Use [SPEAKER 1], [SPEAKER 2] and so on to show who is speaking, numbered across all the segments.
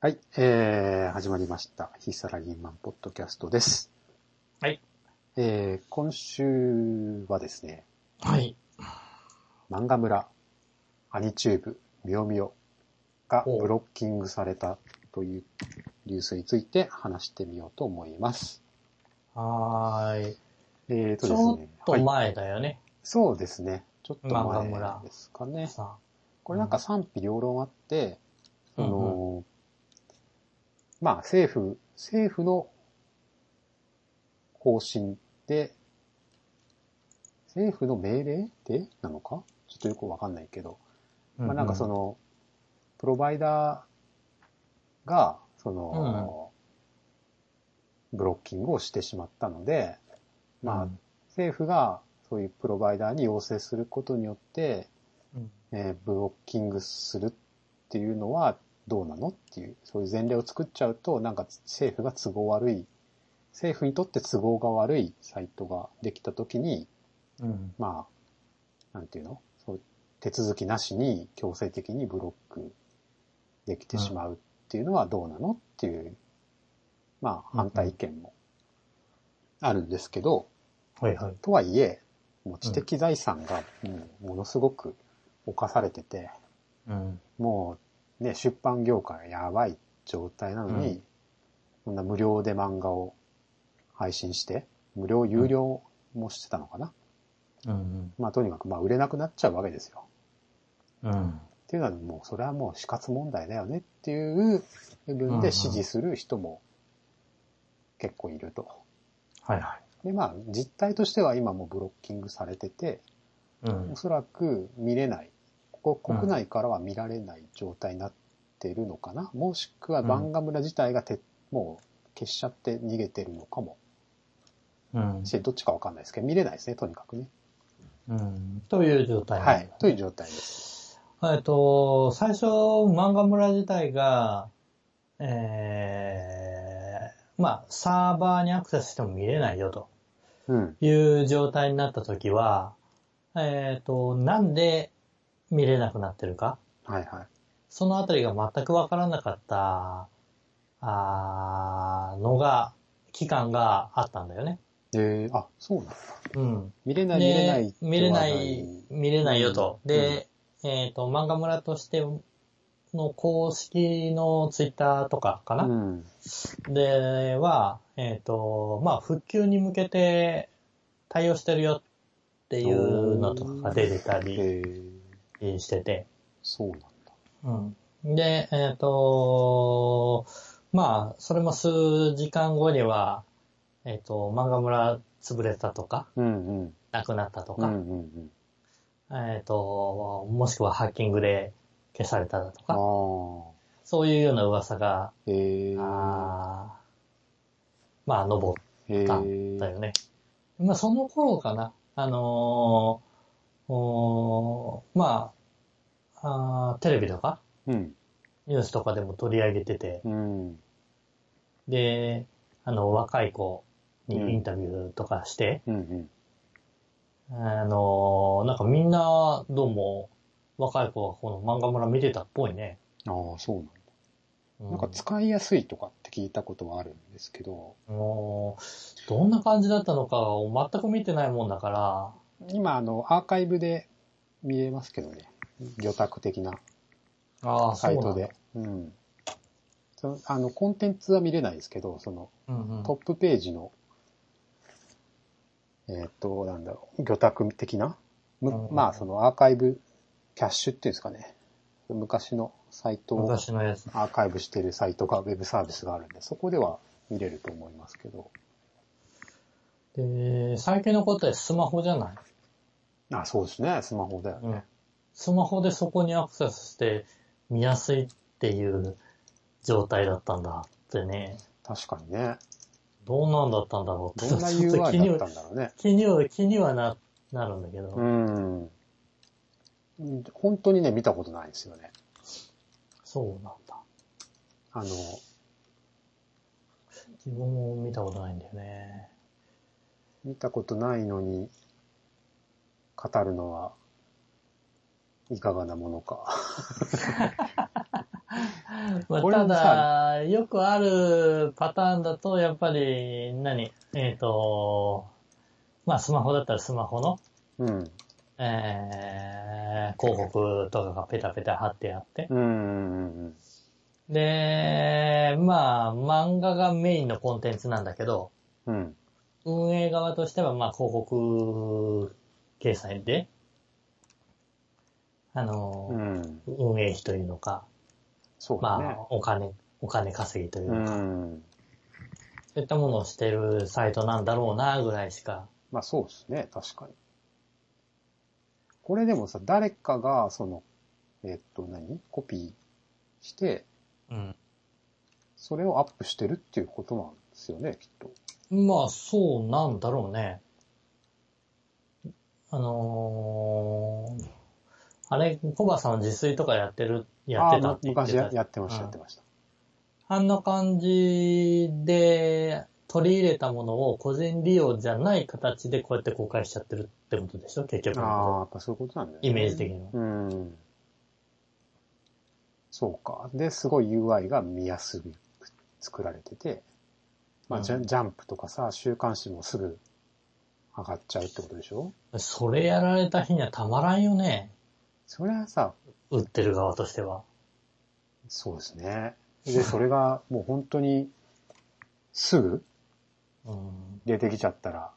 [SPEAKER 1] はい、えー、始まりました。ヒサラリーマンポッドキャストです。
[SPEAKER 2] はい。
[SPEAKER 1] えー、今週はですね、
[SPEAKER 2] はい。
[SPEAKER 1] 漫画村、アニチューブ、ミオミオが
[SPEAKER 2] おう
[SPEAKER 1] ブロッキングされたというニュースについて話してみようと思います。
[SPEAKER 2] はーい。
[SPEAKER 1] えーと
[SPEAKER 2] ち
[SPEAKER 1] です
[SPEAKER 2] ょ
[SPEAKER 1] ね
[SPEAKER 2] っ、と
[SPEAKER 1] はい、
[SPEAKER 2] 前だよね。
[SPEAKER 1] そうですね、ちょっと
[SPEAKER 2] 漫画村
[SPEAKER 1] 前ですかね。
[SPEAKER 2] さ
[SPEAKER 1] これなんか賛否両論あって、そ
[SPEAKER 2] うん
[SPEAKER 1] の、まあ政府、政府の方針で、政府の命令でなのかちょっとよくわかんないけど、
[SPEAKER 2] あ
[SPEAKER 1] まあなんかそ、の、プロバイダーが、その、ブロッキングをしてしまったので、まあ政府がそういうプロバイダーに要請することによって、
[SPEAKER 2] うん
[SPEAKER 1] えーブロッキングするっていうのはどうなのっていう、そういう前例を作っちゃうと、なんか政府が都合悪い、政府にとって都合が悪いサイトができたときに、
[SPEAKER 2] うん。
[SPEAKER 1] まあ、なんていうのそう手続きなしに強制的にブロックできてしまうっていうのはどうなのっていう、まあ反対意見もあるんですけど、
[SPEAKER 2] はいはい。
[SPEAKER 1] とはいえ、もう知的財産がもうものすごく侵されてて、
[SPEAKER 2] うん。
[SPEAKER 1] もうね、出版業界やばい状態なのに、
[SPEAKER 2] うん
[SPEAKER 1] こんな無料で漫画を配信して、無料、有料もしてたのかな。
[SPEAKER 2] うん。
[SPEAKER 1] まあとにかくまあ売れなくなっちゃうわけですよ。
[SPEAKER 2] うん。
[SPEAKER 1] っていうのはもうそれはもう死活問題だよねっていう部分で支持する人も結構いると。
[SPEAKER 2] はいは
[SPEAKER 1] でまあ実態としては今もうブロッキングされてて、
[SPEAKER 2] い。うん
[SPEAKER 1] お。そらく見れない。ここ国内からは見られない状態になってるのかな、もしくは漫画村自体がて、もう消しちゃって逃げてるのかも
[SPEAKER 2] うん
[SPEAKER 1] しれないどっちかわかんないですけど、見れないですね、とにかくね。
[SPEAKER 2] うん。という状態。
[SPEAKER 1] はい。という状態です。
[SPEAKER 2] えっと、最初、漫画村自体が、えー、まあ、サーバーにアクセスしても見れないよと。
[SPEAKER 1] うん。
[SPEAKER 2] いう状態になった時は、えっ、と、なんで見れなくなってるか
[SPEAKER 1] はいはい。
[SPEAKER 2] そのあたりが全くわからなかった、あーのが、期間があったんだよね。
[SPEAKER 1] えー、あ、そうなんだ。
[SPEAKER 2] うん。
[SPEAKER 1] 見れない、見れな
[SPEAKER 2] で
[SPEAKER 1] い、。
[SPEAKER 2] 見れない、見れないよと。
[SPEAKER 1] うん
[SPEAKER 2] で、えっ、と、漫画村としての公式のツイッターとか
[SPEAKER 1] う
[SPEAKER 2] かな、
[SPEAKER 1] ん。
[SPEAKER 2] では、えっ、と、まあ、復旧に向けて対応してるよっていうのとかが出てた
[SPEAKER 1] え
[SPEAKER 2] り
[SPEAKER 1] ー、
[SPEAKER 2] してて。
[SPEAKER 1] そうなんだ。
[SPEAKER 2] うん、で、えっ、と、まあ、それも数時間後には、えっ、と、漫画村潰れたとか、
[SPEAKER 1] うんうん。
[SPEAKER 2] なくなったと
[SPEAKER 1] うんう
[SPEAKER 2] か、
[SPEAKER 1] んうん。
[SPEAKER 2] えっ、と、もしくはハッキングで消されただと
[SPEAKER 1] ああ
[SPEAKER 2] か、。そういうような噂が、
[SPEAKER 1] えー、
[SPEAKER 2] あーまあ、登っ
[SPEAKER 1] えー
[SPEAKER 2] だよね。まあ、その頃かな。あのーおーまああーテレビとか、
[SPEAKER 1] うん。
[SPEAKER 2] ニュースとかでも取り上げてて、
[SPEAKER 1] うん。
[SPEAKER 2] で、あの、若い子にインタビューとかして、
[SPEAKER 1] うんうん。
[SPEAKER 2] あのーなんかみんな、どうも、若い子はこの漫画村見てたっぽいね。
[SPEAKER 1] ああ、そうなんだ。
[SPEAKER 2] う
[SPEAKER 1] なんか使いやすいとかって聞いたことはあるんですけど、
[SPEAKER 2] もうどんな感じだったのかを全く見てないもんだから、
[SPEAKER 1] 今あのアーカイブで見れますけどね、魚拓的な
[SPEAKER 2] ああ、
[SPEAKER 1] サイト
[SPEAKER 2] そうなんだ。
[SPEAKER 1] で。うん。そのあの、コンテンツは見れないですけど、その
[SPEAKER 2] うんうん、
[SPEAKER 1] トップページの、えーっと、なんだろう、魚拓的な、む
[SPEAKER 2] うん
[SPEAKER 1] まあそのアーカイブ、キャッシュっていうんですかね、昔のサイトを
[SPEAKER 2] 昔のやつ。
[SPEAKER 1] アーカイブしてるサイトが、ウェブサービスがあるんで、そこでは見れると思いますけど。
[SPEAKER 2] で、最近のことはスマホじゃない、
[SPEAKER 1] あ、そうですね、スマホだよね。
[SPEAKER 2] スマホでそこにアクセスして見やすいっていう状態だったんだってね。
[SPEAKER 1] 確かにね。
[SPEAKER 2] どうなんだったんだろう
[SPEAKER 1] ど
[SPEAKER 2] っ
[SPEAKER 1] ん
[SPEAKER 2] て、
[SPEAKER 1] な
[SPEAKER 2] ちょっと気に
[SPEAKER 1] UI だった、
[SPEAKER 2] は
[SPEAKER 1] んだろうね。
[SPEAKER 2] 気には、気にはな、なるんだけど。
[SPEAKER 1] うん。本当にね、見たことないんですよね。
[SPEAKER 2] そうなんだ。
[SPEAKER 1] あの、
[SPEAKER 2] 自分も見たことないんだよね。
[SPEAKER 1] 見たことないのに、語るのは、いかがなものか。
[SPEAKER 2] まあ、
[SPEAKER 1] これ
[SPEAKER 2] た
[SPEAKER 1] もさ
[SPEAKER 2] だ、よくあるパターンだと、やっぱり、何えっ、と、まあ、スマホだったらスマホの、
[SPEAKER 1] うん。
[SPEAKER 2] えー、広告とかがペタペタ貼ってあって。
[SPEAKER 1] うんうんうん。
[SPEAKER 2] で、まあ、漫画がメインのコンテンツなんだけど、
[SPEAKER 1] うん。
[SPEAKER 2] 運営側としては、まあ、広告掲載で、あ
[SPEAKER 1] う
[SPEAKER 2] の、
[SPEAKER 1] ん。
[SPEAKER 2] 運営費というのか、
[SPEAKER 1] そうだね
[SPEAKER 2] まあ、。お金、お金稼ぎという
[SPEAKER 1] う
[SPEAKER 2] のか、
[SPEAKER 1] ん。
[SPEAKER 2] そういったものをしてるサイトなんだろうな、ぐらいしか。
[SPEAKER 1] まあそうですね、確かに。これでもさ、誰かが、その、えっと何、コピーして、
[SPEAKER 2] うん。
[SPEAKER 1] それをアップしてるっていうことなんですよね、きっと。
[SPEAKER 2] まあ、そうなんだろうね。あのー、あれ、コバさんは自炊とかやってる、やってた
[SPEAKER 1] あ
[SPEAKER 2] っ
[SPEAKER 1] ー
[SPEAKER 2] て言っ
[SPEAKER 1] 昔
[SPEAKER 2] てた
[SPEAKER 1] ややってました、やってました。
[SPEAKER 2] あんな感じで取り入れたものを個人利用じゃない形でこうやって公開しちゃってるってことでしょ結局のとこ
[SPEAKER 1] ああ、
[SPEAKER 2] ろ。
[SPEAKER 1] やっぱそういうことなんだよね。
[SPEAKER 2] イメージ的には。
[SPEAKER 1] うん。そうか。で、すごい UI が見やすく作られてて、まあ、ジャ
[SPEAKER 2] うん
[SPEAKER 1] ジャンプとかさ、週刊誌もすぐ上がっちゃうってことでしょ
[SPEAKER 2] それやられた日にはたまらんよね。
[SPEAKER 1] それはさ、
[SPEAKER 2] 売ってる側としては。
[SPEAKER 1] そうですね。 で、それがもう本当にすぐ
[SPEAKER 2] うん。
[SPEAKER 1] 出てきちゃったら、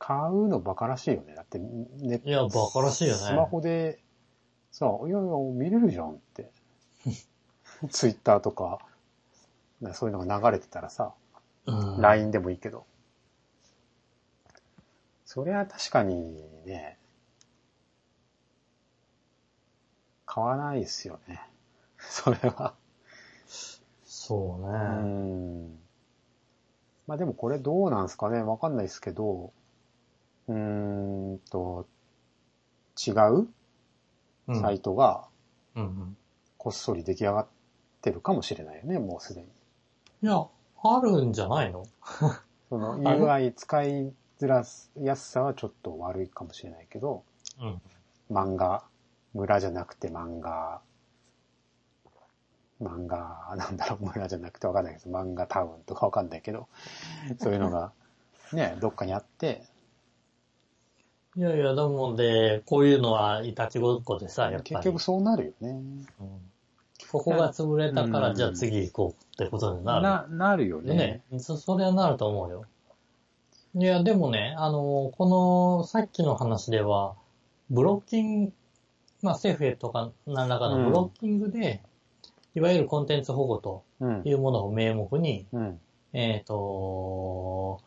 [SPEAKER 1] 買うのバカらしいよね。だってネット
[SPEAKER 2] いや、バカらしいよね。
[SPEAKER 1] スマホで、さ、いやいや、見れるじゃんっ て。ツイッターとか、なそういうのが流れてたらさ、
[SPEAKER 2] うん。
[SPEAKER 1] LINE でもいいけど。そりゃ確かにね、買わないですよね。 それは。
[SPEAKER 2] そうね。
[SPEAKER 1] うん。まあでもこれどうなんですかねわかんないですけど、うーんと、違う
[SPEAKER 2] うん。
[SPEAKER 1] サイトが、
[SPEAKER 2] うんうん。
[SPEAKER 1] こっそり出来上がってるかもしれないよね、もうすでに。
[SPEAKER 2] いや、あるんじゃないの
[SPEAKER 1] その
[SPEAKER 2] あれ
[SPEAKER 1] UI 使いづらすやすさはちょっと悪いかもしれないけど、
[SPEAKER 2] うん。
[SPEAKER 1] 漫画、村じゃなくて漫画、漫画、なんだろう、村じゃなくてわかんないけど、漫画タウンとかわかんないけど、そういうのが、ね、どっかにあって、
[SPEAKER 2] いやいや、でもで、こういうのはいたちごっこでさ、やっぱり。
[SPEAKER 1] 結局そうなるよね。
[SPEAKER 2] うんここが潰れたから、
[SPEAKER 1] うん
[SPEAKER 2] じゃあ次行こうってことになる。
[SPEAKER 1] な、なるよね。
[SPEAKER 2] ねそ、それはなると思うよ。いや、でもね、あの、この、さっきの話では、ブロッキング、まあ、政府へとか、何らかのブロッキングで、いわゆるコンテンツ保護と
[SPEAKER 1] うん
[SPEAKER 2] い。うものを名目に、
[SPEAKER 1] うん。
[SPEAKER 2] えっ、と、こ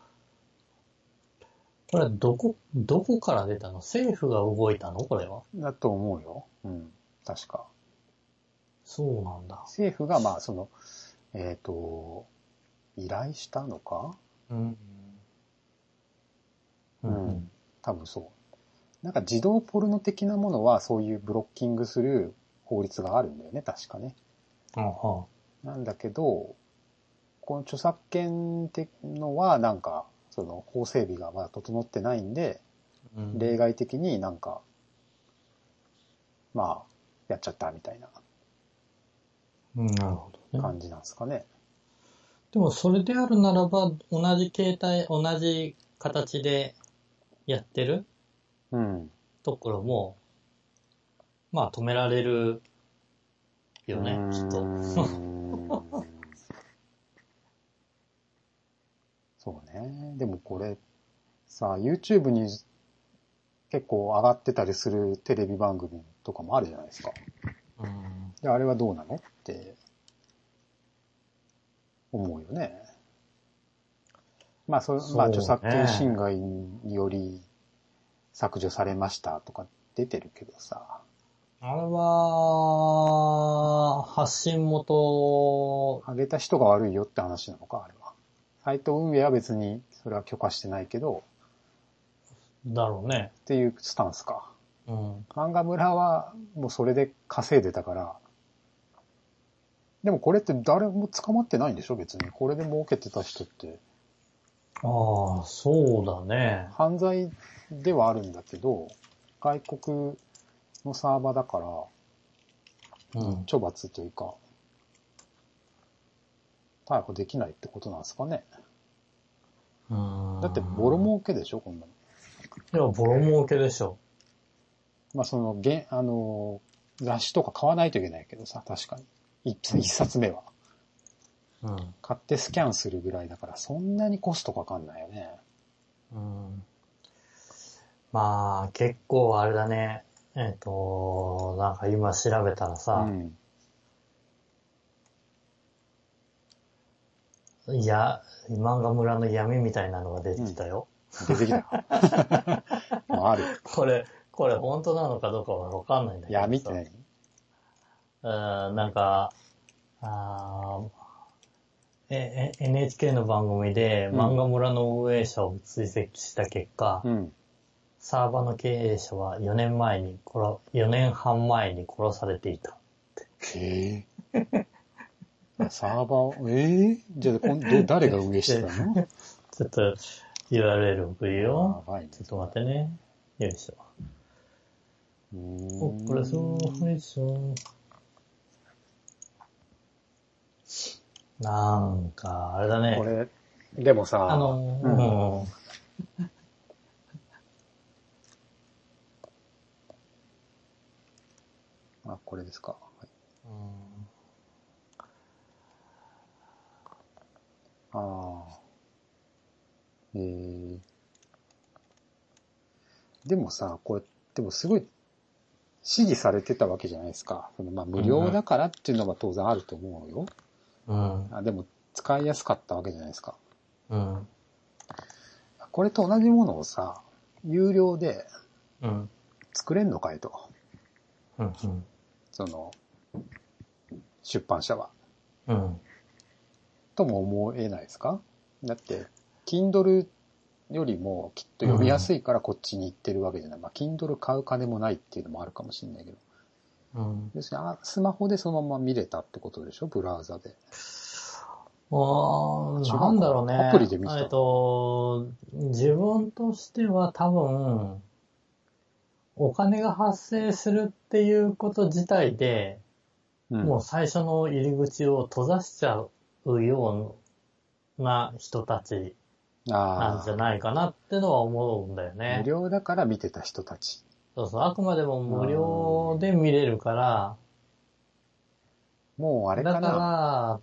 [SPEAKER 2] れはどこ、どこから出たの政府が動いたのこれは。
[SPEAKER 1] だと思うよ。うん。確か。
[SPEAKER 2] そうなんだ。
[SPEAKER 1] 政府が、まあ、その、えっ、と、依頼したのか
[SPEAKER 2] うん。う
[SPEAKER 1] うん
[SPEAKER 2] ん。
[SPEAKER 1] 多分そう。なんか自動ポルノ的なものはそういうブロッキングする法律があるんだよね、確かね。
[SPEAKER 2] あは
[SPEAKER 1] なんだけど、この著作権ってのはなんか、その法整備がまだ整ってないんで、
[SPEAKER 2] うん
[SPEAKER 1] 例外的になんか、まあ、やっちゃったみたいな
[SPEAKER 2] うんなるほどね。
[SPEAKER 1] 感じなんですかね。
[SPEAKER 2] でもそれであるならば、同じ形態、同じ形でやってる
[SPEAKER 1] うん。
[SPEAKER 2] ところも、まあ止められるよね、きっ
[SPEAKER 1] う
[SPEAKER 2] と。
[SPEAKER 1] ーんそうね。でもこれ、さ、YouTube に結構上がってたりするテレビ番組とかもあるじゃないですか。
[SPEAKER 2] うん
[SPEAKER 1] で、あれはどうなのって思うよね。まあ、そ
[SPEAKER 2] そうね
[SPEAKER 1] まあ、著作権侵害により削除されましたとか出てるけどさ。
[SPEAKER 2] あれは、発信元、
[SPEAKER 1] 上げた人が悪いよって話なのか、あれは。サイト運営は別にそれは許可してないけど、
[SPEAKER 2] だろうね。
[SPEAKER 1] っていうスタンスか。
[SPEAKER 2] うん。
[SPEAKER 1] 漫画村はもうそれで稼いでたから、でもこれって誰も捕まってないんでしょ別に。これで儲けてた人って、
[SPEAKER 2] ああ、そうだね。
[SPEAKER 1] 犯罪ではあるんだけど、外国のサーバーだから、
[SPEAKER 2] うん。
[SPEAKER 1] 処罰というか、逮捕できないってことなんですかね。
[SPEAKER 2] うん
[SPEAKER 1] だって、ボロ。儲けでしょ、こんなの。
[SPEAKER 2] いや、ボロ儲けでしょ。
[SPEAKER 1] まあ、その、げんあのー、雑誌とか買わないといけないけどさ、確かに。一一冊目は。
[SPEAKER 2] うん。
[SPEAKER 1] 買ってスキャンするぐらいだから、そんなにコストかかんないよね。
[SPEAKER 2] うん。まあ、結構あれだね。えっ、と、なんか今調べたら
[SPEAKER 1] う
[SPEAKER 2] さ、
[SPEAKER 1] ん。
[SPEAKER 2] いや、漫画村の闇みたいなのが出てきたよ。
[SPEAKER 1] 出てきた。まあ、ある。
[SPEAKER 2] これ、これ本当なのかどうかはわかんないんだけどさ。
[SPEAKER 1] 闇って何
[SPEAKER 2] うん、なんか、あーえ、え NHK の番組で
[SPEAKER 1] うん
[SPEAKER 2] 漫画村の運営者を追跡した結果、
[SPEAKER 1] うん。
[SPEAKER 2] サーバーの経営者は4年前に殺、4年半前に殺されていた。
[SPEAKER 1] へえ。サーバーを、ええじゃあこん ど、誰が運営してたのや
[SPEAKER 2] ちょっと URL 送るよ。
[SPEAKER 1] ばいね
[SPEAKER 2] ちょっと待ってね。よいしょ。
[SPEAKER 1] う
[SPEAKER 2] お、
[SPEAKER 1] ーん
[SPEAKER 2] これそう、よいしょ。なんか、あれだね。
[SPEAKER 1] これ、でもさ、
[SPEAKER 2] あの
[SPEAKER 1] うん
[SPEAKER 2] ー、
[SPEAKER 1] あ、これですか。はい
[SPEAKER 2] うん
[SPEAKER 1] ああ。ええでもさ、これ、でもすごい、支持されてたわけじゃないですか。そのまあ、無料だからっていうのは当然あると思うよ。
[SPEAKER 2] うん。
[SPEAKER 1] あでも、使いやすかったわけじゃないですか。
[SPEAKER 2] うん。
[SPEAKER 1] これと同じものをさ、有料で
[SPEAKER 2] うん。
[SPEAKER 1] 作れんのかいと。
[SPEAKER 2] うん。
[SPEAKER 1] その、出版社は。
[SPEAKER 2] うん。
[SPEAKER 1] とも思えないですかだって、Kindle よりもきっと読みやすいからこっちに行ってるわけじゃない。まあ、Kindle 買う金もないっていうのもあるかもしれないけど。
[SPEAKER 2] うん。
[SPEAKER 1] 要するに、あスマホでそのまま見れたってことでしょブラウザで。違
[SPEAKER 2] あ
[SPEAKER 1] う
[SPEAKER 2] ー
[SPEAKER 1] か
[SPEAKER 2] なんだろうね。
[SPEAKER 1] アプリで見てた
[SPEAKER 2] えっと、自分としては多分、お金が発生するっていうこと自体で、
[SPEAKER 1] うん
[SPEAKER 2] もう最初の入り口を閉ざしちゃうような人たちなん
[SPEAKER 1] あ
[SPEAKER 2] じゃないかなってのは思うんだよ
[SPEAKER 1] あ、
[SPEAKER 2] ね
[SPEAKER 1] 無。料だから見てた人たち。
[SPEAKER 2] そうそう。あくまでも無料で見れるから、
[SPEAKER 1] もうあれか
[SPEAKER 2] だか
[SPEAKER 1] な。
[SPEAKER 2] ら、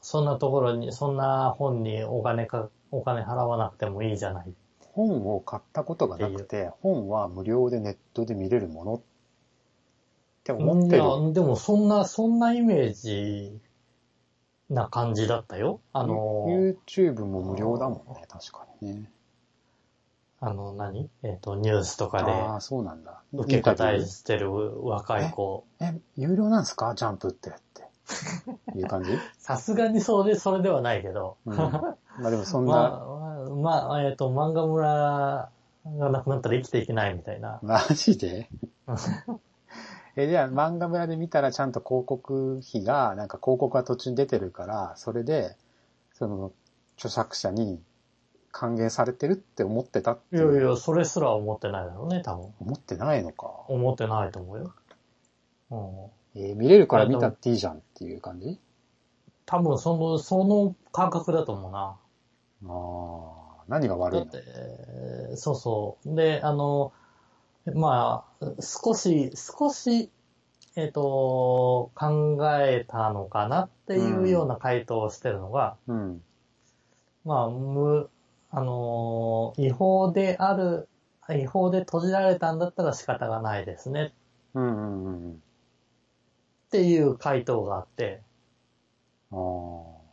[SPEAKER 2] そんなところに、そんな本にお金か、お金払わなくてもいいじゃない。
[SPEAKER 1] 本を買ったことがなくて、本は無料でネットで見れるものって思ってる。
[SPEAKER 2] いやでもそんな、そんなイメージな感じだったよ。あの、
[SPEAKER 1] YouTube も無料だもんね、確かにね。
[SPEAKER 2] あの何、えっ、と、ニュースとか
[SPEAKER 1] ああ、
[SPEAKER 2] で
[SPEAKER 1] そうなんだ。
[SPEAKER 2] 受け答
[SPEAKER 1] インタビュ
[SPEAKER 2] え
[SPEAKER 1] ー
[SPEAKER 2] してる若い子。
[SPEAKER 1] え、有料なんですかジャンプってって。いう感じ、
[SPEAKER 2] さすがにそれ、それではないけど。
[SPEAKER 1] うん、 まあでもそんな、
[SPEAKER 2] まあ、まあ、えっ、と、漫画村がなくなったら生きていけないみたいな。
[SPEAKER 1] マジでえ、じゃあ漫画村で見たらちゃんと広告費が、なんか広告が途中に出てるから、それで、その、著作者に還元されてるって思ってたって
[SPEAKER 2] い
[SPEAKER 1] い
[SPEAKER 2] や
[SPEAKER 1] う。
[SPEAKER 2] いや、それすら思ってないだろうね、多分。
[SPEAKER 1] 思ってないのか。
[SPEAKER 2] 思ってないと思うよ。うん。
[SPEAKER 1] えー見れるから見たっていいじゃんっていう感じ
[SPEAKER 2] 多分その、その感覚だと思うな。
[SPEAKER 1] ああ、何が悪
[SPEAKER 2] だ
[SPEAKER 1] いの
[SPEAKER 2] って、えーそうそう。で、あの、まあ、少し、少し、えっ、と、考えたのかなっていうような回答をしてるのが、
[SPEAKER 1] うん。
[SPEAKER 2] まあ、無、あのー違法である、違法で閉じられたんだったら仕方がないですね
[SPEAKER 1] うんうんうんうん。
[SPEAKER 2] っていう回答があって、
[SPEAKER 1] ああ。
[SPEAKER 2] お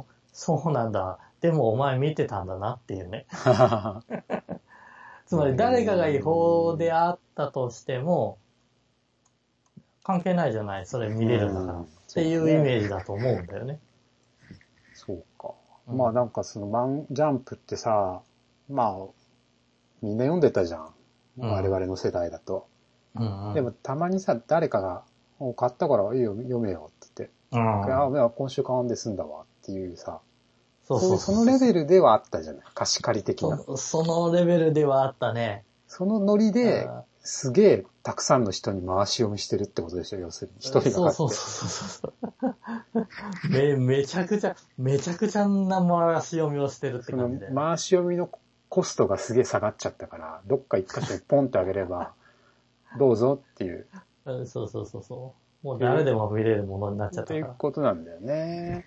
[SPEAKER 2] ー、そうなんだ。でもお前見てたんだなっていう ね。つまり誰かが違法であったとしても、関係ないじゃない、それ見れるんだから。
[SPEAKER 1] うん
[SPEAKER 2] っていうイメージだと思うんだよね。
[SPEAKER 1] そうか。
[SPEAKER 2] うん
[SPEAKER 1] まあなんかそのマン、ジャンプってさ、まあ、みんな読んでたじゃん。
[SPEAKER 2] うん
[SPEAKER 1] 我々の世代だと。
[SPEAKER 2] うんうん
[SPEAKER 1] でも、たまにさ、誰かが、お買ったからいいよ、読めよって
[SPEAKER 2] うん
[SPEAKER 1] 言って、あいや、今週買うんですんだわっていうさ、
[SPEAKER 2] そう
[SPEAKER 1] そうい
[SPEAKER 2] そ
[SPEAKER 1] う
[SPEAKER 2] う。
[SPEAKER 1] そうのレベルではあったじゃない。貸し借り的な。
[SPEAKER 2] そそのレベルではあったね。
[SPEAKER 1] そのノリで
[SPEAKER 2] あ
[SPEAKER 1] すげえたくさんの人に回し読みしてるってことでしょ、要するに。一人が
[SPEAKER 2] そう
[SPEAKER 1] 勝
[SPEAKER 2] そう
[SPEAKER 1] って。
[SPEAKER 2] そうそうそう。め、 めちゃくちゃ、めちゃくちゃな回し読みをしてるっ
[SPEAKER 1] そ
[SPEAKER 2] て感
[SPEAKER 1] の
[SPEAKER 2] じで。
[SPEAKER 1] 回し読みのコストがすげえ下がっちゃったから、どっか一箇所にポンってあげれ ば、どうぞっていう、
[SPEAKER 2] うんそうそうそうそう。もう誰でも見れるものになっちゃ
[SPEAKER 1] っ
[SPEAKER 2] ってたか
[SPEAKER 1] い
[SPEAKER 2] ら
[SPEAKER 1] う。ことなんだよね。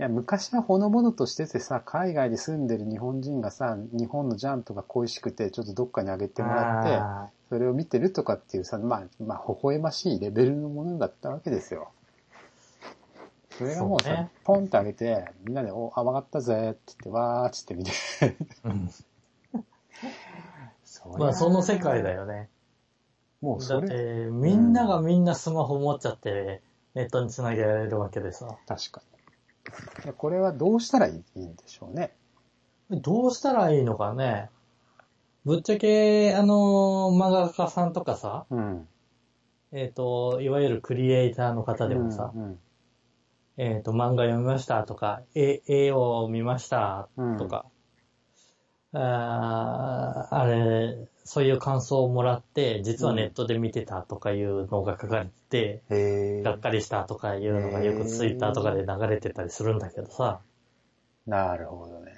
[SPEAKER 1] いや、昔はほのぼのとしててさ、海外に住んでる日本人がさ、日本のジャンプが恋しくて、ちょっとどっかにあげてもらって、
[SPEAKER 2] あ
[SPEAKER 1] それを見てるとかっていうさ、まあ、まあ、微笑ましいレベルのものだったわけですよ。それがもうさ、
[SPEAKER 2] そうね
[SPEAKER 1] ポンってあげて、みんなで、お、あ、わかったぜ、って言って、わーっつって見て。
[SPEAKER 2] ーうん
[SPEAKER 1] そりゃ
[SPEAKER 2] まあその世界だ。よね。
[SPEAKER 1] もう
[SPEAKER 2] だ
[SPEAKER 1] そ
[SPEAKER 2] って
[SPEAKER 1] れ、、
[SPEAKER 2] みんながみんなスマホ持っちゃって、ネットにつなげられるわけでさ。
[SPEAKER 1] 確かに。いやこれはどうしたらいいいいんでしょうね。
[SPEAKER 2] どうしたらいいのかね。ぶっちゃけ、あのー、漫画家さんとかさ、
[SPEAKER 1] うん。
[SPEAKER 2] えっ、と、いわゆるクリエイターの方でもさ、
[SPEAKER 1] うん
[SPEAKER 2] えっ、と、漫画読みましたとか、絵、絵を見ましたとか、あーあれ、そういう感想をもらって、実はネットで見てたとかいうのが書かれて
[SPEAKER 1] うんへ
[SPEAKER 2] て、がっ
[SPEAKER 1] ー
[SPEAKER 2] かりしたとかいうのがよくツイッターとかで流れてたりするんだけどさ、
[SPEAKER 1] なるほどね。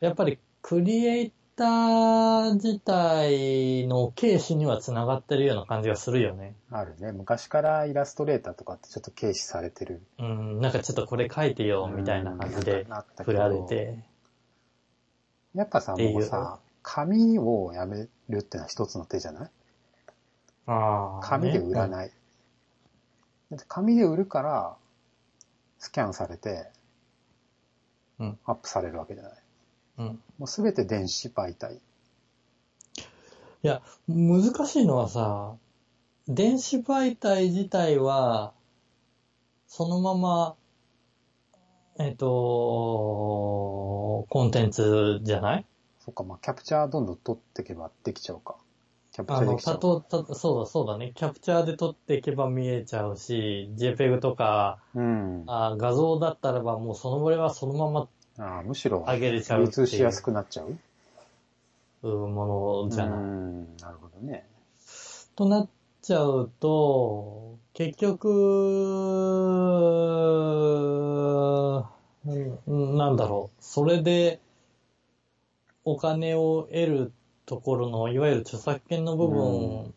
[SPEAKER 2] やっぱりクリエイター自体の軽視には繋がってるような感じがするよね。
[SPEAKER 1] あるね。昔からイラストレーターとかってちょっと軽視されてる。
[SPEAKER 2] うん、なんかちょっとこれ書いてよ、みたいな感じで
[SPEAKER 1] うんなったけ
[SPEAKER 2] 振
[SPEAKER 1] ど
[SPEAKER 2] られて。
[SPEAKER 1] やっぱさ、
[SPEAKER 2] っていう
[SPEAKER 1] もうさ、紙をやめるってのは一つの手じゃない
[SPEAKER 2] あー
[SPEAKER 1] 紙で売らない。だって紙で売るから、スキャンされて
[SPEAKER 2] うん、
[SPEAKER 1] アップされるわけじゃない。
[SPEAKER 2] うん。
[SPEAKER 1] もうすべて電子媒体。
[SPEAKER 2] 難しいのはさ、電子媒体自体は、そのまま、えっ、と、コンテンツじゃない
[SPEAKER 1] そっか、まあ、キャプチャーどんどん取っていけばできちゃうか。キャプチャ
[SPEAKER 2] あ
[SPEAKER 1] ーで
[SPEAKER 2] の、
[SPEAKER 1] きちゃ
[SPEAKER 2] た
[SPEAKER 1] うか。
[SPEAKER 2] と、たと、そうだ、そうだね。キャプチャーで撮っていけば見えちゃうし、JPEG とか、
[SPEAKER 1] うん。あ
[SPEAKER 2] あ画像だったらばもうその場ではそのまま
[SPEAKER 1] あむしろ、
[SPEAKER 2] 上げれちゃう
[SPEAKER 1] 流
[SPEAKER 2] ってい
[SPEAKER 1] 通しやす
[SPEAKER 2] う
[SPEAKER 1] くなっちゃう
[SPEAKER 2] ものじゃない。
[SPEAKER 1] うん、なるほどね。
[SPEAKER 2] となっちゃうと、結局、うんなんだろう。それで、お金を得るところの、いわゆる著作権の部分、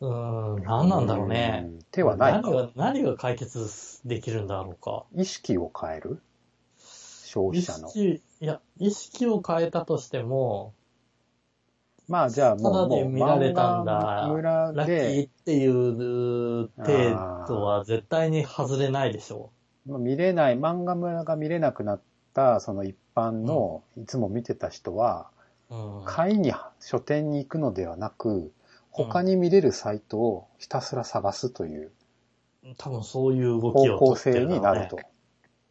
[SPEAKER 2] うん、ん、何なんだろうね。
[SPEAKER 1] ん。手はない
[SPEAKER 2] 何
[SPEAKER 1] か。
[SPEAKER 2] が、何が解決できるんだろうか。
[SPEAKER 1] 意識を変える消
[SPEAKER 2] 意
[SPEAKER 1] 費者の。
[SPEAKER 2] 識、いや、意識を変えたとしても、
[SPEAKER 1] まあじゃあもう、
[SPEAKER 2] ただで
[SPEAKER 1] もう
[SPEAKER 2] 見られたんだ
[SPEAKER 1] 漫画村
[SPEAKER 2] ラッキ
[SPEAKER 1] で
[SPEAKER 2] ー、っていう程度は絶対に外れないでしょ
[SPEAKER 1] まあ見れない、漫画村が見れなくなった、その一般の、いつも見てた人は、
[SPEAKER 2] う。うん。
[SPEAKER 1] 買いに書店に行くのではなく、他に見れるサイトをひたすら探すという
[SPEAKER 2] 多分そういう動
[SPEAKER 1] 方
[SPEAKER 2] きを
[SPEAKER 1] 向
[SPEAKER 2] 取って
[SPEAKER 1] 性
[SPEAKER 2] るだ
[SPEAKER 1] に
[SPEAKER 2] ろ
[SPEAKER 1] な
[SPEAKER 2] うね
[SPEAKER 1] る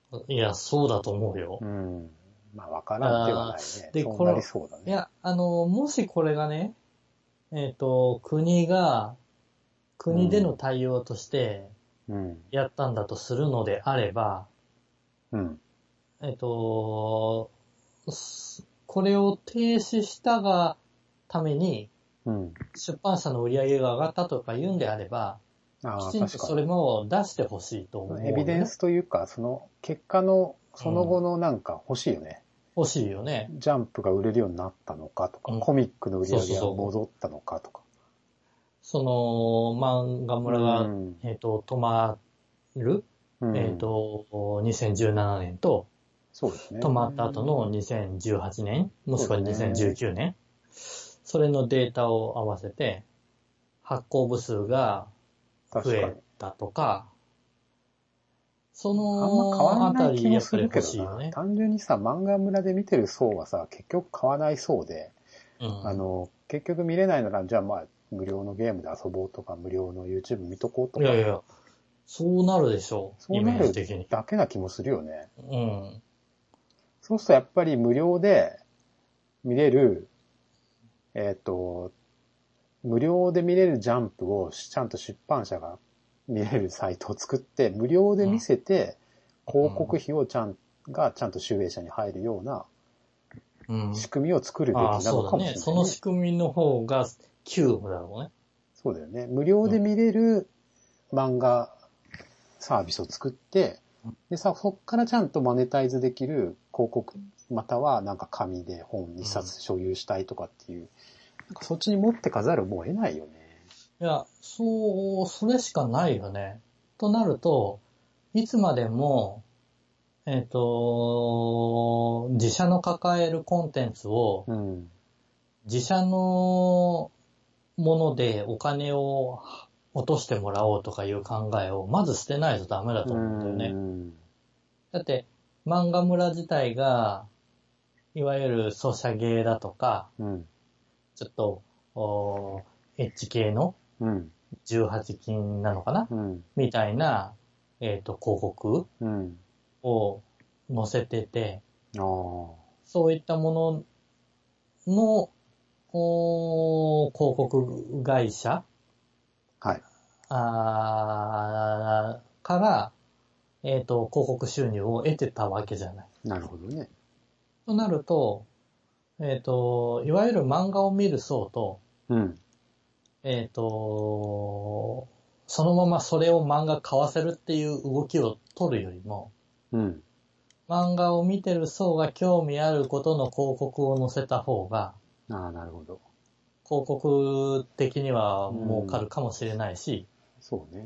[SPEAKER 1] と。
[SPEAKER 2] いや、そうだと思うよ
[SPEAKER 1] う。ん。まあ、わからんではないね。
[SPEAKER 2] で
[SPEAKER 1] そう
[SPEAKER 2] これ
[SPEAKER 1] なりそうだ
[SPEAKER 2] い
[SPEAKER 1] ね。
[SPEAKER 2] や、あの、もしこれがね、えっ、と、国が、国での対応として
[SPEAKER 1] うん。
[SPEAKER 2] やったんだとするのであれば、
[SPEAKER 1] うん。
[SPEAKER 2] えっ、と、すこれを停止したがために、
[SPEAKER 1] うん。
[SPEAKER 2] 出版社の売り上げが上がったとか言うんであれば、
[SPEAKER 1] ああ、
[SPEAKER 2] きちんと
[SPEAKER 1] 確
[SPEAKER 2] そ
[SPEAKER 1] かに。
[SPEAKER 2] れも出してほしいと思う、
[SPEAKER 1] エビデン。スというか、その結果の、その後のなんか欲しいよね。
[SPEAKER 2] 欲しいよね。
[SPEAKER 1] ジャンプが売れるようになったのかとか、
[SPEAKER 2] うん
[SPEAKER 1] コミックの売り上
[SPEAKER 2] そう
[SPEAKER 1] げ
[SPEAKER 2] そう
[SPEAKER 1] が
[SPEAKER 2] そう
[SPEAKER 1] 戻ったのかとか。
[SPEAKER 2] その、漫画村が、
[SPEAKER 1] うん
[SPEAKER 2] えっ、と、止まる、
[SPEAKER 1] うん
[SPEAKER 2] えっ、と、2017年と、
[SPEAKER 1] そうですね。
[SPEAKER 2] 止まった後の2018年、もしくは2019年、それのデータを合わせて、発行部数が増
[SPEAKER 1] 確かに
[SPEAKER 2] え。たとか、そ
[SPEAKER 1] あんま変
[SPEAKER 2] の
[SPEAKER 1] わ
[SPEAKER 2] あ
[SPEAKER 1] ら
[SPEAKER 2] た
[SPEAKER 1] ない
[SPEAKER 2] り
[SPEAKER 1] 気も
[SPEAKER 2] やっ
[SPEAKER 1] す
[SPEAKER 2] ぱり
[SPEAKER 1] るけ
[SPEAKER 2] 欲しい
[SPEAKER 1] ど
[SPEAKER 2] よ
[SPEAKER 1] な。
[SPEAKER 2] ね。
[SPEAKER 1] 単純にさ、漫画村で見てる層はさ、結局買わない層で、
[SPEAKER 2] うん
[SPEAKER 1] あの、結局見れないなら、じゃあまあ、無料のゲームで遊ぼうとか、無料の YouTube 見とこうと
[SPEAKER 2] い
[SPEAKER 1] か
[SPEAKER 2] や、いや、そうなるでしょう。
[SPEAKER 1] そ
[SPEAKER 2] イ
[SPEAKER 1] う
[SPEAKER 2] メ
[SPEAKER 1] なる
[SPEAKER 2] ージ的に。
[SPEAKER 1] だけな気もするよね。
[SPEAKER 2] うん。
[SPEAKER 1] そうするとやっぱり無料で見れる、えっ、と、無料で見れるジャンプをちゃんと出版社が見れるサイトを作って、無料で見せて、広告費をちゃん、がちゃんと集英社に入るような
[SPEAKER 2] うん。
[SPEAKER 1] 仕組みを作るべき
[SPEAKER 2] ああ、
[SPEAKER 1] なの
[SPEAKER 2] そ
[SPEAKER 1] か
[SPEAKER 2] うだ
[SPEAKER 1] もしれない、
[SPEAKER 2] ね。その仕組みの方が急務だろうね。
[SPEAKER 1] そうだよね。無料で見れる漫画サービスを作って、でさ、そっからちゃんとマネタイズできる広告、またはなんか紙で本一冊所有したいとかっていう、なんかそっちに持ってかざるをもう得ないよね。
[SPEAKER 2] いや、そう、それしかないよね。となると、いつまでも、えっ、と、自社の抱えるコンテンツを、
[SPEAKER 1] うん。
[SPEAKER 2] 自社のものでお金を落としてもらおうとかいう考えを、まず捨てないとダメだと思うんだよね。
[SPEAKER 1] ん。
[SPEAKER 2] だって、漫画村自体が、いわゆるソシャゲだとか、
[SPEAKER 1] うん。
[SPEAKER 2] ちょっと、おーエッジ系の
[SPEAKER 1] うん。
[SPEAKER 2] 18禁なのかな
[SPEAKER 1] うん。
[SPEAKER 2] みたいな、えっ、と、広告
[SPEAKER 1] うん。
[SPEAKER 2] を載せてて、
[SPEAKER 1] ああ。
[SPEAKER 2] そういったものの、おー広告会社
[SPEAKER 1] はい。
[SPEAKER 2] あーから、えっ、と、広告収入を得てたわけじゃない。
[SPEAKER 1] なるほどね。
[SPEAKER 2] となると、えっ、と、いわゆる漫画を見る層と、
[SPEAKER 1] うん。
[SPEAKER 2] えっ、と、そのままそれを漫画買わせるっていう動きを取るよりも、
[SPEAKER 1] うん。
[SPEAKER 2] 漫画を見てる層が興味あることの広告を載せた方が、
[SPEAKER 1] ああ、なるほど。
[SPEAKER 2] 広告的には儲かるかもしれないし、
[SPEAKER 1] そうね。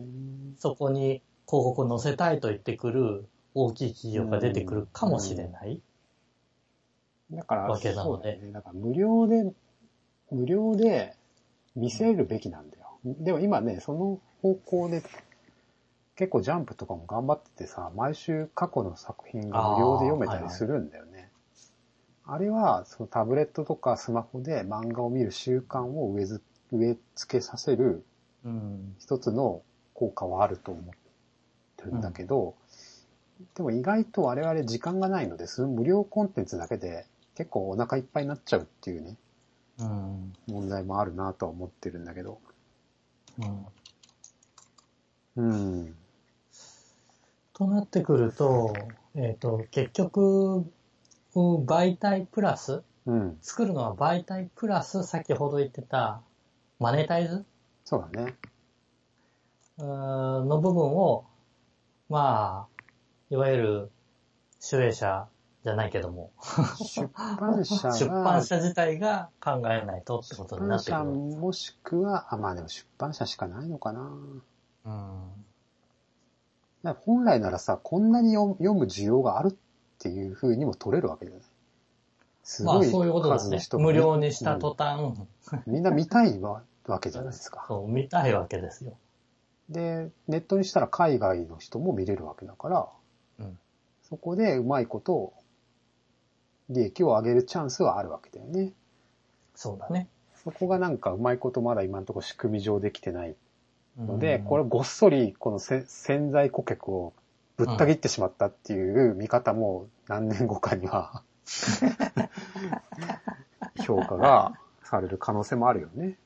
[SPEAKER 2] そこに広告を載せたいと言ってくる大きい企業が出てくるかもしれない。
[SPEAKER 1] だから、
[SPEAKER 2] わけな
[SPEAKER 1] そ
[SPEAKER 2] の
[SPEAKER 1] うだ
[SPEAKER 2] で
[SPEAKER 1] よね。だから無料で、無料で見せるべきなんだよ。でも今ね、その方向で、結構ジャンプとかも頑張っててさ、毎週過去の作品が無料で読めたりするんだよね。あ,、れは、そのタブレットとかスマホで漫画を見る習慣を植えず植え付けさせる
[SPEAKER 2] うん。
[SPEAKER 1] 一つの効果はあると思ってるんだけど、でも意外と我々時間がないので、その無料コンテンツだけで結構お腹いっぱいになっちゃうっていうね、
[SPEAKER 2] うん。
[SPEAKER 1] 問題もあるなとは思ってるんだけど。
[SPEAKER 2] うん。
[SPEAKER 1] うん。
[SPEAKER 2] となってくると、えっ、と、結局、うん媒体プラス、
[SPEAKER 1] うん。
[SPEAKER 2] 作るのは媒体プラス、先ほど言ってた、マネタイズ
[SPEAKER 1] そうだね。
[SPEAKER 2] うーんの部分を、まあ、いわゆる、主営者じゃないけども、
[SPEAKER 1] 出版社が、
[SPEAKER 2] 出版社自体が考えないとってこと
[SPEAKER 1] 出
[SPEAKER 2] にな
[SPEAKER 1] 版
[SPEAKER 2] ってく
[SPEAKER 1] 社
[SPEAKER 2] る。
[SPEAKER 1] もしくは、あ、まあでも出版社しかないのかな。
[SPEAKER 2] うん。
[SPEAKER 1] だから本来ならさ、こんなに読む読む需要があるっていうふうにも取れるわけじゃない。す
[SPEAKER 2] ま
[SPEAKER 1] ごい
[SPEAKER 2] あ、そういうことです
[SPEAKER 1] 数の
[SPEAKER 2] ね。
[SPEAKER 1] 人が
[SPEAKER 2] 無料にした
[SPEAKER 1] うん
[SPEAKER 2] 途端、
[SPEAKER 1] みんな見たいわわけじゃないですか。
[SPEAKER 2] そう、見たいわけですよ。
[SPEAKER 1] で、ネットにしたら海外の人も見れるわけだから、
[SPEAKER 2] うん
[SPEAKER 1] そこでうまいこと、利益を上げるチャンスはあるわけだよね。
[SPEAKER 2] そうだね。
[SPEAKER 1] そこがなんかうまいことまだ今のところ仕組み上できてないので、
[SPEAKER 2] うん
[SPEAKER 1] これごっそりこのせ潜在顧客をぶった切ってしまったっていう見方も何年後かに は評価がされる可能性もあるよね。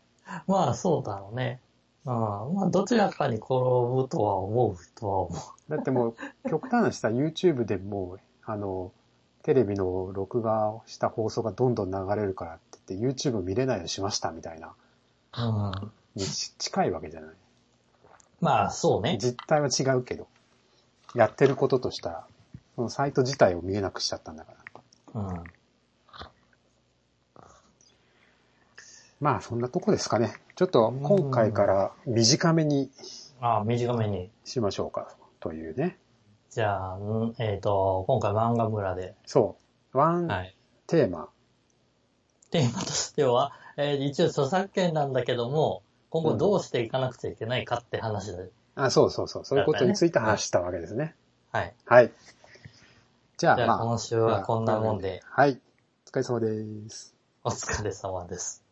[SPEAKER 2] まあ、そうだろうね。うん、まあ、どちらかに転ぶとは思うとは思
[SPEAKER 1] だってもう、極端なした YouTube でもう、あの、テレビの録画した放送がどんどん流れるからって言って YouTube 見れないようにしましたみたいな
[SPEAKER 2] う。うん、
[SPEAKER 1] にち近いわけじゃない。
[SPEAKER 2] まあ、そうね。
[SPEAKER 1] 実態は違うけど。やってることとしたら、そのサイト自体を見えなくしちゃったんだから。
[SPEAKER 2] うん。
[SPEAKER 1] まあそんなとこですかね。ちょっと今回から短めに
[SPEAKER 2] ああ、短めに。
[SPEAKER 1] しましょうか。というね。
[SPEAKER 2] じゃあ、うんえっ、と、今回漫画村で、
[SPEAKER 1] そう。ワン
[SPEAKER 2] はい。
[SPEAKER 1] テーマ。
[SPEAKER 2] テーマとしては、えー一応著作権なんだけども、今後どうしていかなくちゃいけないかって話で、
[SPEAKER 1] あ、そうそうそう。そういうことについて話したわけですね。
[SPEAKER 2] はい。
[SPEAKER 1] はい。じゃあ
[SPEAKER 2] じゃあ、
[SPEAKER 1] まあ。
[SPEAKER 2] 今週はこんなもんで、
[SPEAKER 1] はい。お疲れ様です。
[SPEAKER 2] お疲れ様です。